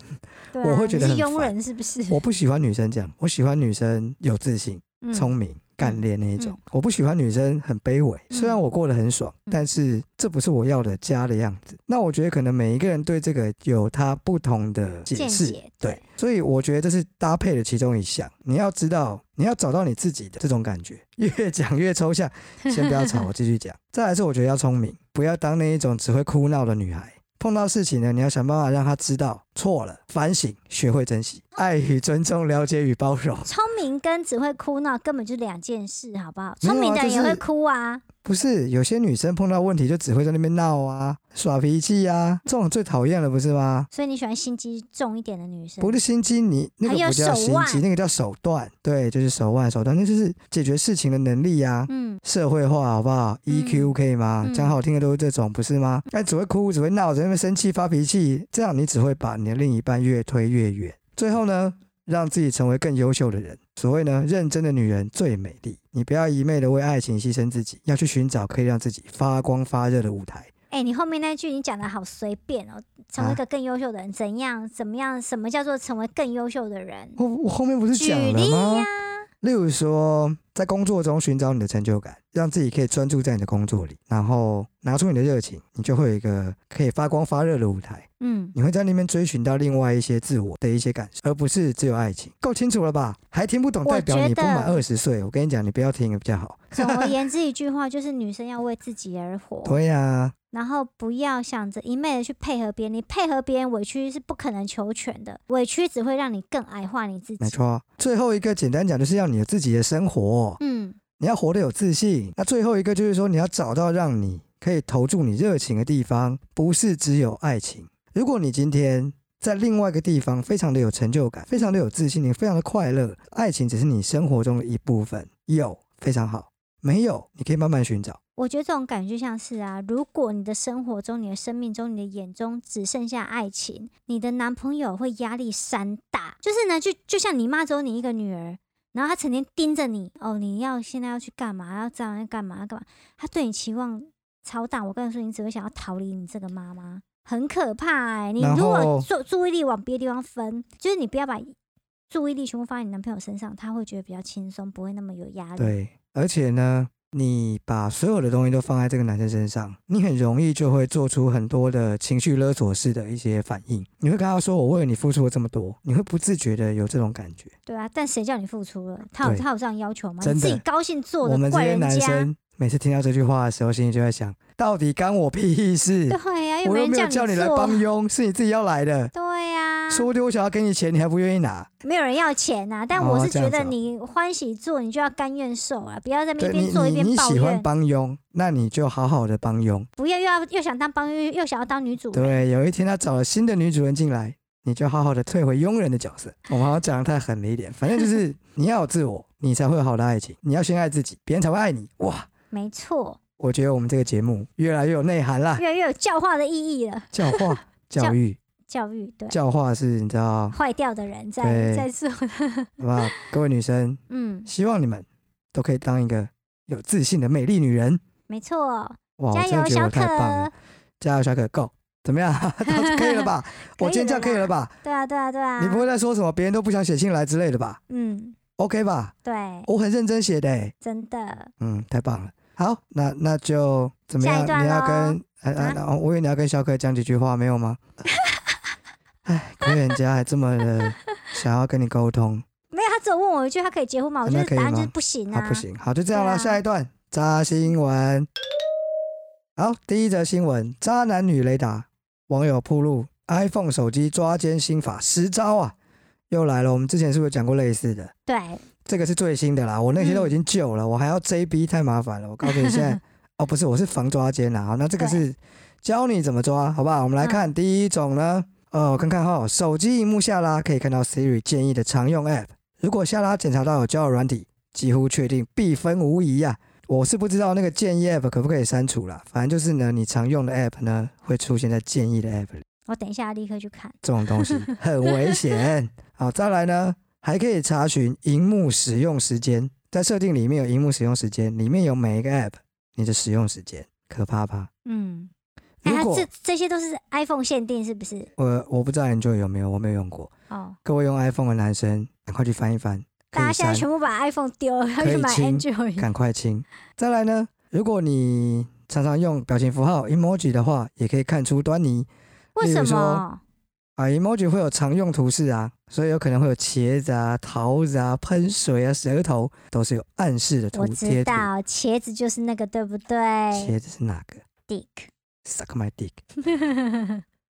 B: 对
A: 我
B: 啊
A: 会觉得
B: 你是
A: 很
B: 佣
A: 烦
B: 人是不是？
A: 我不喜欢女生这样，我喜欢女生有自信、
B: 嗯
A: 聪明、干练那一种
B: 嗯。
A: 我不喜欢女生很卑微，虽然
B: 嗯
A: 我过得很爽，
B: 嗯
A: 但是这不是我要的家的样子。那我觉得可能每一个人对这个有他不同的解
B: 见
A: 释，
B: 解
A: 对，所以我觉得这是搭配的其中一项。你要知道，你要找到你自己的这种感觉。 <laughs> 越讲越抽
B: <laughs>
A: 象，先不要吵，我继续讲。再来是，我觉得要聪明，不要当那一种只会哭闹的女孩。碰到事情呢，你要想办法让她知道错了，反省，学会珍惜，爱与尊重，了解与包容。
B: 聪明跟只会哭闹根本就两件事，好不好？
A: 没有啊
B: 聪明的人也
A: 就
B: 会
A: 是
B: 哭啊，
A: 不是有些女生碰到问题就只会在那边闹啊、耍脾气啊，这种最讨厌了，不是吗？
B: 所以你喜欢心机重一点的女生。
A: 不是心机，你那个
B: 还有
A: 不叫
B: 手
A: 心机，
B: 腕
A: 那个叫手段。对，就是手腕，手段，那就是解决事情的能力啊呀、
B: 嗯，
A: 社会化好不好
B: 嗯
A: ？EQ 可以吗？
B: 嗯
A: 讲好听的都是这种，不是吗？哎，只会哭，只会闹，只会生气、发脾气，这样你只会把你的另一半越推越远。最后呢，让自己成为更优秀的人。所谓呢，认真的女人最美丽。你不要一昧的为爱情牺牲自己，要去寻找可以让自己发光发热的舞台。
B: 哎、你后面那句你讲的好随便哦，成为一个更优秀的人，怎样怎么样？什么叫做成为更优秀的人？
A: 我我后面不是
B: 举
A: 讲了
B: 例
A: 吗？
B: 呀、
A: 例如说，在工作中寻找你的成就感，让自己可以专注在你的工作里，然后拿出你的热情，你就会有一个可以发光发热的舞台。<laughs>
B: 嗯，
A: 你会在那边追寻到另外一些自我的一些感受，而不是只有爱情。够清楚了吧？还听不懂，
B: 我
A: 代表
B: 觉
A: 你不满
B: 得
A: 二十岁。我跟你讲，你不要听比较好。
B: 总而言之，一句话就是女生要为自己而活，
A: 对呀、
B: 然后不要想着一昧的去配合别人，你配合别人委屈是不可能求全的，委屈只会让你更矮化你自
A: 没
B: 己。
A: 错。最后一个简单讲，就是要你有自己的生活，
B: 嗯，
A: 你要活得有自信。那最后一个就是说，你要找到让你可以投注你热情的地方，不是只有爱情。如果你今天在另外一个地方非常的有成就感，非常的有自信，你非常的快乐，爱情只是你生活中的一部分。有非常好，没有你可以慢慢寻找。
B: 我觉得这种感觉就像是啊，如果你的生活中、你的生命中、你的眼中只剩下爱情，你的男朋友会压力山大。就是呢，就就像你妈只有你一个女儿，然后她成天盯着你，哦，你要现在要去干嘛？要这样要干嘛？要干嘛？她对你期望超大。我跟你说，你只会想要逃离你这个妈妈，很可怕哎、你
A: 然
B: 如
A: 后
B: 果注注意力往别的地方分，就是你不要把注意力全部放在你男朋友身上，他会觉得比较轻松，不会那么有压力。
A: 对，而且呢，你把所有的东西都放在这个男生身上，你很容易就会做出很多的情绪勒索式的一些反应。你会跟他说：“我为了你付出了这么多。”你会不自觉的有这种感觉。
B: 对啊，但谁叫你付出了？他有
A: 对
B: 他有这样要求吗？
A: 真
B: 你
A: 的
B: 自己高兴做
A: 我
B: 的，
A: 们这
B: 怪
A: 些
B: 人
A: 男
B: 家。
A: 生每次听到这句话的时候，心里就在想：到底干我屁事？
B: 对啊呀、又
A: 我又
B: 人
A: 没有叫
B: 叫
A: 你来
B: 做。啊
A: 帮佣，是你自己要来的。
B: 对呀、
A: 说不定我想要给你钱，你还不愿意拿。
B: 没有人要钱呐、但
A: 哦
B: 我是
A: 这
B: 觉
A: 样
B: 得
A: 子哦
B: 你欢喜做，你就要甘愿受啊，不要在那
A: 对
B: 边
A: 你，
B: 做一
A: 你
B: 边
A: 你
B: 抱
A: 喜欢
B: 怨，
A: 帮佣，那你就好好的帮佣。
B: 不要又要又想当帮又又想要当女主人。
A: 对，有一天他找了新的女主人进来，你就好好的退回佣人的角色。我们好像讲的太狠了一点，反正就是你要有自我，你才会有好的爱情。你要先爱自己，别人才会爱你。哇，
B: 没错，
A: 我觉得我们这个节目越来越有内涵
B: <laughs>
A: 啦，
B: 越来越有教化的意义了。
A: 教化、教育、
B: 教育对
A: 教化是你知道
B: 坏掉的人在
A: 对
B: 在做， <laughs>
A: 好不好？各位女生，
B: 嗯，
A: 希望你们都可以当一个有自信的美丽女人。
B: 没错，
A: 哇，我
B: 加
A: 真的
B: 油，
A: 哦觉得
B: 小
A: 我
B: 可
A: 太。棒了！加油，小可，Go！怎么样？可以了吧？我今天这样可以了吧？
B: 对啊，对啊，对啊。
A: 你不会再说什么别人都不想写信来之类的吧
B: 嗯，
A: ？OK 吧？
B: 对，
A: 我很认真写的欸、
B: 真的。
A: 嗯，太棒了。好，那那就怎么
B: 下一
A: 样？
B: 段
A: 你要
B: 咯
A: 跟呃
B: 啊
A: 呃、啊，我以为你要跟小可讲几句话，没有吗？ <laughs> 哎，可是人家还这么的想要跟你沟通，
B: 没有，他只有问我一句，他可以结婚吗？我觉
A: 那
B: 得
A: 可以
B: 答案就
A: 吗
B: 是不行
A: 好
B: 啊，
A: 不行，好就这样
B: 对
A: 啦。
B: 啊
A: 下一段扎新闻。好，第一则新闻：渣男女雷达，网友铺路 iPhone 手机抓奸心法十招啊，又来了。我们之前是不是有讲过类似的？
B: 对，
A: 这个是最新的啦，我那些都已经旧了，我还要 JB 太麻烦了。我告诉你，现在 <laughs> 哦不是，我是防抓奸啊。好，那这个是教你怎么抓，好不好？我们来看第一种呢，呃，我看看哈，手机荧幕下拉可以看到 Siri 建议的常用 App，如果下拉检查到有交友软体，几乎确定必分无疑啊。我是不知道那个建议 App 可不可以删除啦，反正就是呢，你常用的 App 呢会出现在建议的 App 里，
B: 我等一下立刻去看。
A: 这种
B: <laughs>
A: 东西很危险。好，再来呢，还可以查询荧幕使用时间，在设定里面有荧幕使用时间，里面有每一个 App 你的使用时间，可怕吧？
B: 嗯，哎、
A: 如
B: 它
A: 果
B: 这这些都是 iPhone 限定是不是？
A: 我我不知道 Android 有没有，我没有用过。
B: 哦，
A: 各位用 iPhone 的男生，赶快去翻一翻，可
B: 大
A: 以
B: 家现
A: 删
B: 在，全部把 iPhone 丢了，要
A: 可以
B: 去买
A: 清
B: Android。
A: 赶快清。再来呢，如果你常常用表情符号 emoji 的话，也可以看出端倪。
B: <laughs> 为
A: 例
B: 什
A: 如说
B: 么？
A: 啊，emoji 会有常用图示啊，所以有可能会有茄子啊、桃子啊、喷水啊、舌头，都是有暗示的图
B: 我
A: 贴
B: 知
A: 图。
B: 道欸茄子就是那个，对不对
A: 茄子是哪个
B: ？Dick， <laughs>
A: ？Suck my dick。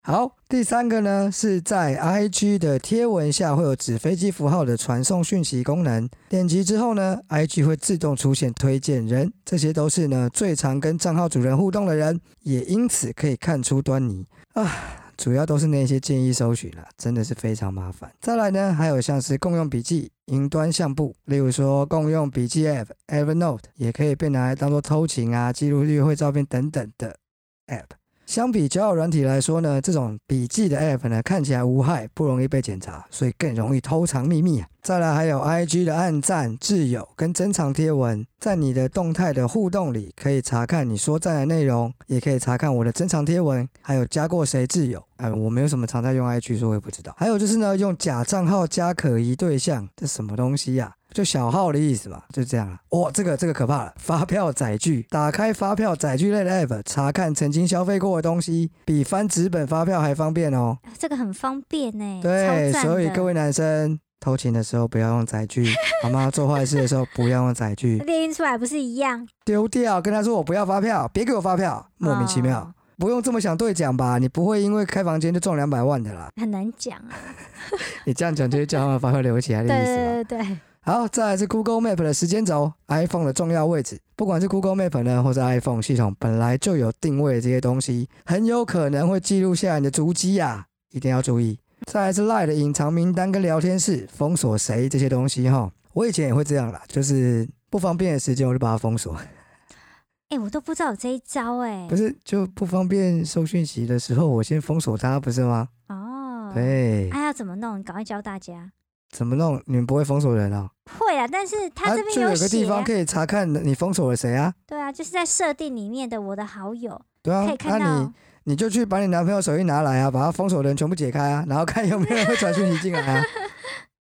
A: 好，第三个呢是在 IG 的贴文下会有纸飞机符号的传送讯息功能，点击之后呢，IG 会自动出现推荐人，这些都是呢最常跟账号主人互动的人，也因此可以看出端倪啊。主要都是那些建议搜寻啦，真的是非常麻烦。再来呢，还有像是共用笔记、云端相簿，例如说共用笔记 App、Evernote，也可以被拿来当做偷情啊、记录约会照片等等的 App。相比交友软体来说呢，这种笔记的 App 呢看起来无害，不容易被检查，所以更容易偷藏秘密啊。再来还有 IG 的暗赞、挚友跟珍藏贴文，在你的动态的互动里可以查看你说赞的内容，也可以查看我的珍藏贴文，还有加过谁挚友。哎，我没有什么常在用 IG，所以我也不知道。还有就是呢，用假账号加可疑对象，这什么东西呀、就小号的意思嘛，就这样了。哇、这个这个可怕了！发票载具，打开发票载具类的 app，查看曾经消费过的东西，比翻纸本发票还方便哦。
B: 这个很方便呢、
A: 对，
B: 哎超赞
A: 所以
B: 的
A: 各位男生偷情的时候不要用载具，好吗？做坏事的时候不要用载具，
B: 列印出来不是一样？
A: 丢掉，跟他说我不要发票，别给我发票，莫名其妙。
B: 哦
A: 不用这么想对讲吧，你不会因为开房间就中两百万的啦。
B: 很难讲啊。
A: 你这样讲就是叫他们发票留起来的
B: 对
A: 意思吗？
B: 对对对，
A: 好，再来是 Google Map 的时间轴，iPhone 的重要位置。不管是 Google Map 呢，或是 iPhone 系统本来就有定位这些东西，很有可能会记录下你的足迹呀、啊一定要注意。再来是 Line 的隐藏名单跟聊天室，封锁谁这些东西哈。我以前也会这样啦，就是不方便的时间我就把它封锁，
B: 哎、我都不知道有这一招哎、
A: 不是就不方便收讯息的时候，我先封锁它，不是吗？
B: 哦，
A: 对，
B: 哎、要怎么弄？你赶快教大家。
A: 怎么弄？你们不会封锁人啊？
B: 会啊，但是他这
A: 啊
B: 边
A: 就有个地
B: 写、
A: 方可以查看你封锁了谁啊？
B: 对啊，就是在设定里面的我的好友
A: 对啊
B: 可以，
A: 那、
B: 看到。
A: 你你就去把你男朋友手机拿来啊，把他封锁的人全部解开啊，然后看有没有人会传讯息进来啊，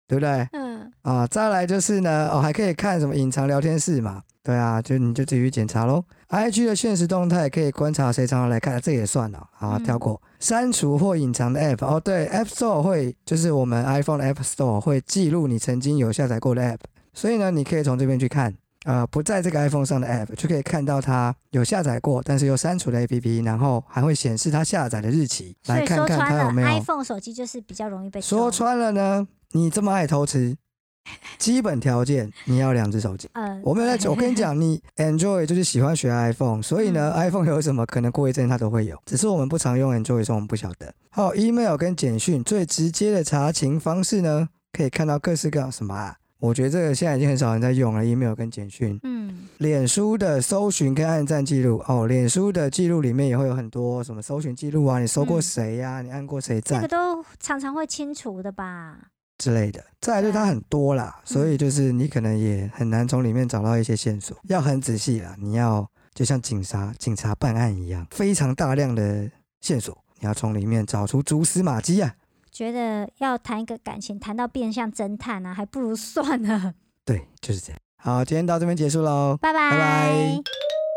A: 对不对？
B: 嗯，
A: 啊，再来就是呢，哦，还可以看什么隐藏聊天室嘛，对啊，就你就自己去检查喽。IG 的现实动态可以观察谁常常来看，这也算了，好
B: 嗯
A: 跳过。删除或隐藏的 App，哦，对，App Store 会就是我们 iPhone 的 App Store 会记录你曾经有下载过的 App，所以呢，你可以从这边去看。呃，不在这个 iPhone 上的 App 就可以看到它有下载过，但是又删除的 APP，然后还会显示它下载的日期，
B: 所
A: 来
B: 以
A: 看
B: 说
A: 看
B: 穿
A: 它有
B: 了
A: 没有
B: iPhone 手机就是比较容易被
A: 说
B: 中
A: 穿了呢，你这么爱偷
B: <laughs>
A: 吃，基本条件你要两只手机。
B: 呃，
A: 我没有在
B: <laughs>
A: 讲，我跟你讲，你 Android 就是喜欢学 iPhone，所以呢、i
B: 嗯
A: p h o n e 有什么可能过一阵它都会有，只是我们不常用 Android，所以我们不晓得。还有 email 跟简讯最直接的查情方式呢，可以看到各式各样什么啊？我觉得这个现在已经很少人在用了，email 跟简讯。
B: 嗯，
A: 脸书的搜寻跟按赞记录哦，脸书的记录里面也会有很多什么搜寻记录啊，你搜过
B: 嗯
A: 谁呀、你按过谁
B: 这
A: 赞
B: 个，都常常会清除的吧？
A: 之类的。再来就是它很多啦，所以就是你可能也很难从里面找到一些线索，要很仔细啦。你要就像警察警察办案一样，非常大量的线索，你要从里面找出蛛丝马迹啊。
B: 觉得要谈一个感情，谈到变相侦探啊，还不如算了，
A: 对，就是这样。好，今天到这边结束喽。
B: 拜拜
A: 拜拜